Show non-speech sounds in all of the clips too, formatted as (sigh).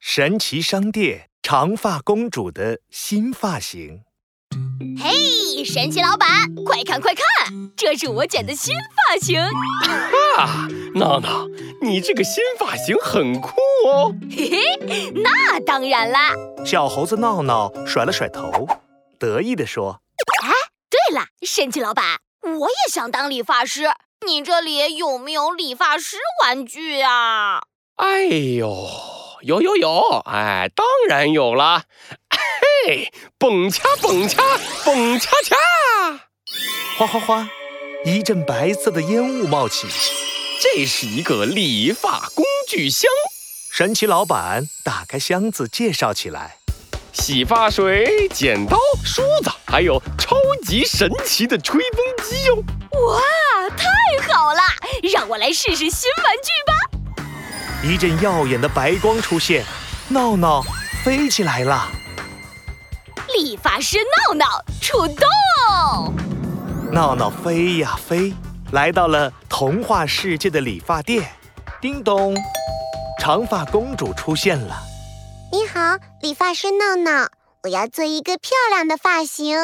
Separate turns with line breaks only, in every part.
神奇商店长发公主的新发型。
嘿，神奇老板，快看快看，这是我剪的新发型。
啊，闹闹，你这个新发型很酷哦！
嘿嘿，那当然啦。
小猴子闹闹甩了甩头，得意地说
对了，神奇老板，我也想当理发师。你这里有没有理发师玩具啊？ (laughs)
哎呦，有有有，哎，当然有啦！嘿，蹦恰蹦恰蹦恰恰，：“
哗哗哗！”一阵白色的烟雾冒起，
这是一个理发工具箱，
神奇老板打开箱子介绍起来。
洗发水、剪刀、梳子，还有超级神奇的吹风机哟、
哇，太好了！让我来试试新玩具吧。
一阵耀眼的白光出现，闹闹飞起来了。
理发师闹闹出动！
闹闹飞呀飞，来到了童话世界的理发店。叮咚，长发公主出现了。
你好，理发师闹闹，我要做一个漂亮的发型。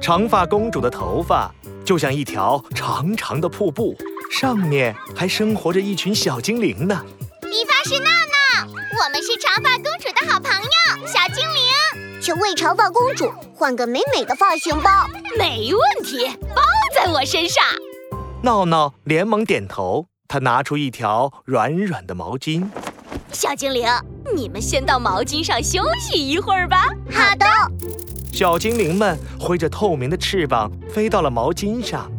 长发公主的头发就像一条长长的瀑布，上面还生活着一群小精灵呢。
理发师闹闹，我们是长发公主的好朋友小精灵，请为长发公主换个美美的发型吧。
没问题，包在我身上。
闹闹连忙点头，她拿出一条软软的毛巾。
小精灵，你们先到毛巾上休息一会儿吧。
好的，
小精灵们挥着透明的翅膀飞到了毛巾上。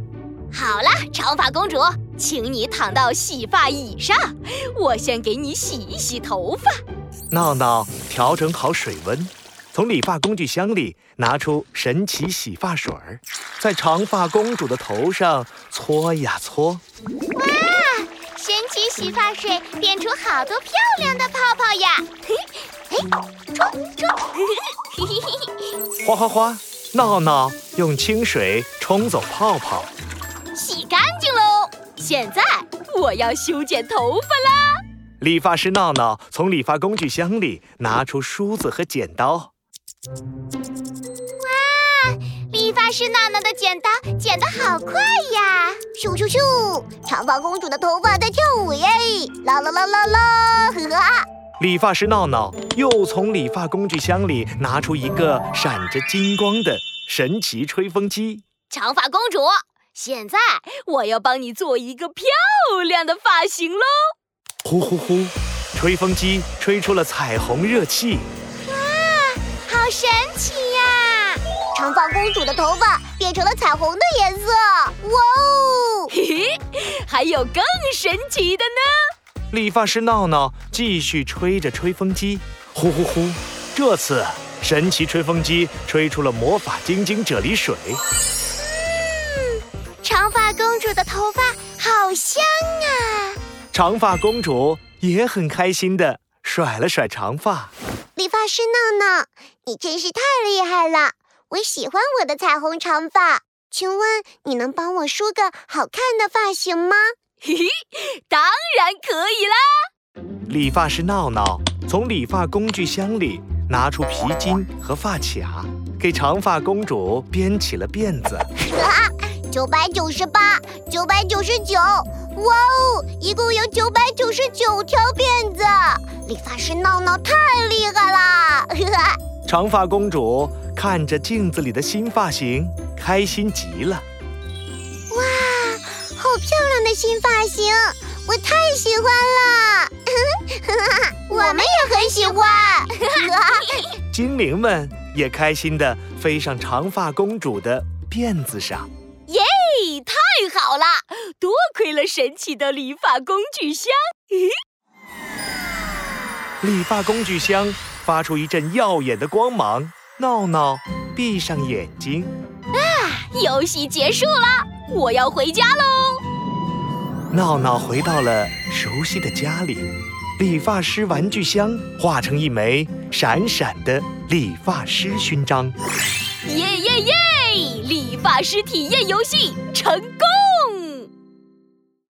好了，长发公主，请你躺到洗发椅上，我先给你洗一洗头发。
闹闹调整好水温，从理发工具箱里拿出神奇洗发水儿，在长发公主的头上搓呀搓。
神奇洗发水变出好多漂亮的泡泡呀！
哗哗哗，闹闹用清水冲走泡泡。
洗干净喽。现在我要修剪头发啦。
理发师闹闹从理发工具箱里拿出梳子和剪刀，
理发师娜娜的剪刀剪得好快呀！咻咻咻！长发公主的头发在跳舞耶！啦啦啦啦啦！呵啊呵，
理发师闹闹又从理发工具箱里拿出一个闪着金光的神奇吹风机。
长发公主，现在我要帮你做一个漂亮的发型喽！
呼呼呼，吹风机吹出了彩虹热气。
好神奇呀！长发公主的头发变成了彩虹的颜色，哇哦！
嘿嘿，还有更神奇的呢！
理发师闹闹继续吹着吹风机，呼呼呼。这次神奇吹风机吹出了魔法晶晶啫喱水，
长发公主的头发好香啊！
长发公主也很开心的甩了甩长发。
理发师闹闹，你真是太厉害了！我喜欢我的彩虹长发，请问你能帮我梳个好看的发型吗？
嘿嘿，当然可以啦！
理发师闹闹从理发工具箱里拿出皮筋和发卡，给长发公主编起了辫子。
九百九十八，九百九十九，哇哦，一共有九百九十九条辫子！理发师闹闹太厉害啦！呵呵。
长发公主看着镜子里的新发型，开心极了。
(laughs) 好漂亮的新发型，我太喜欢了！ (laughs) 我们也很喜欢。
精灵们也开心地飞上长发公主的辫子上。
嘿，哎太好了，多亏了神奇的理发工具箱。
理发工具箱发出一阵耀眼的光芒。闹闹闭上眼睛，
游戏结束了，我要回家喽！
闹闹回到了熟悉的家里。理发师玩具箱化成一枚闪闪的理发师勋章。
耶耶耶！理发师体验游戏成功。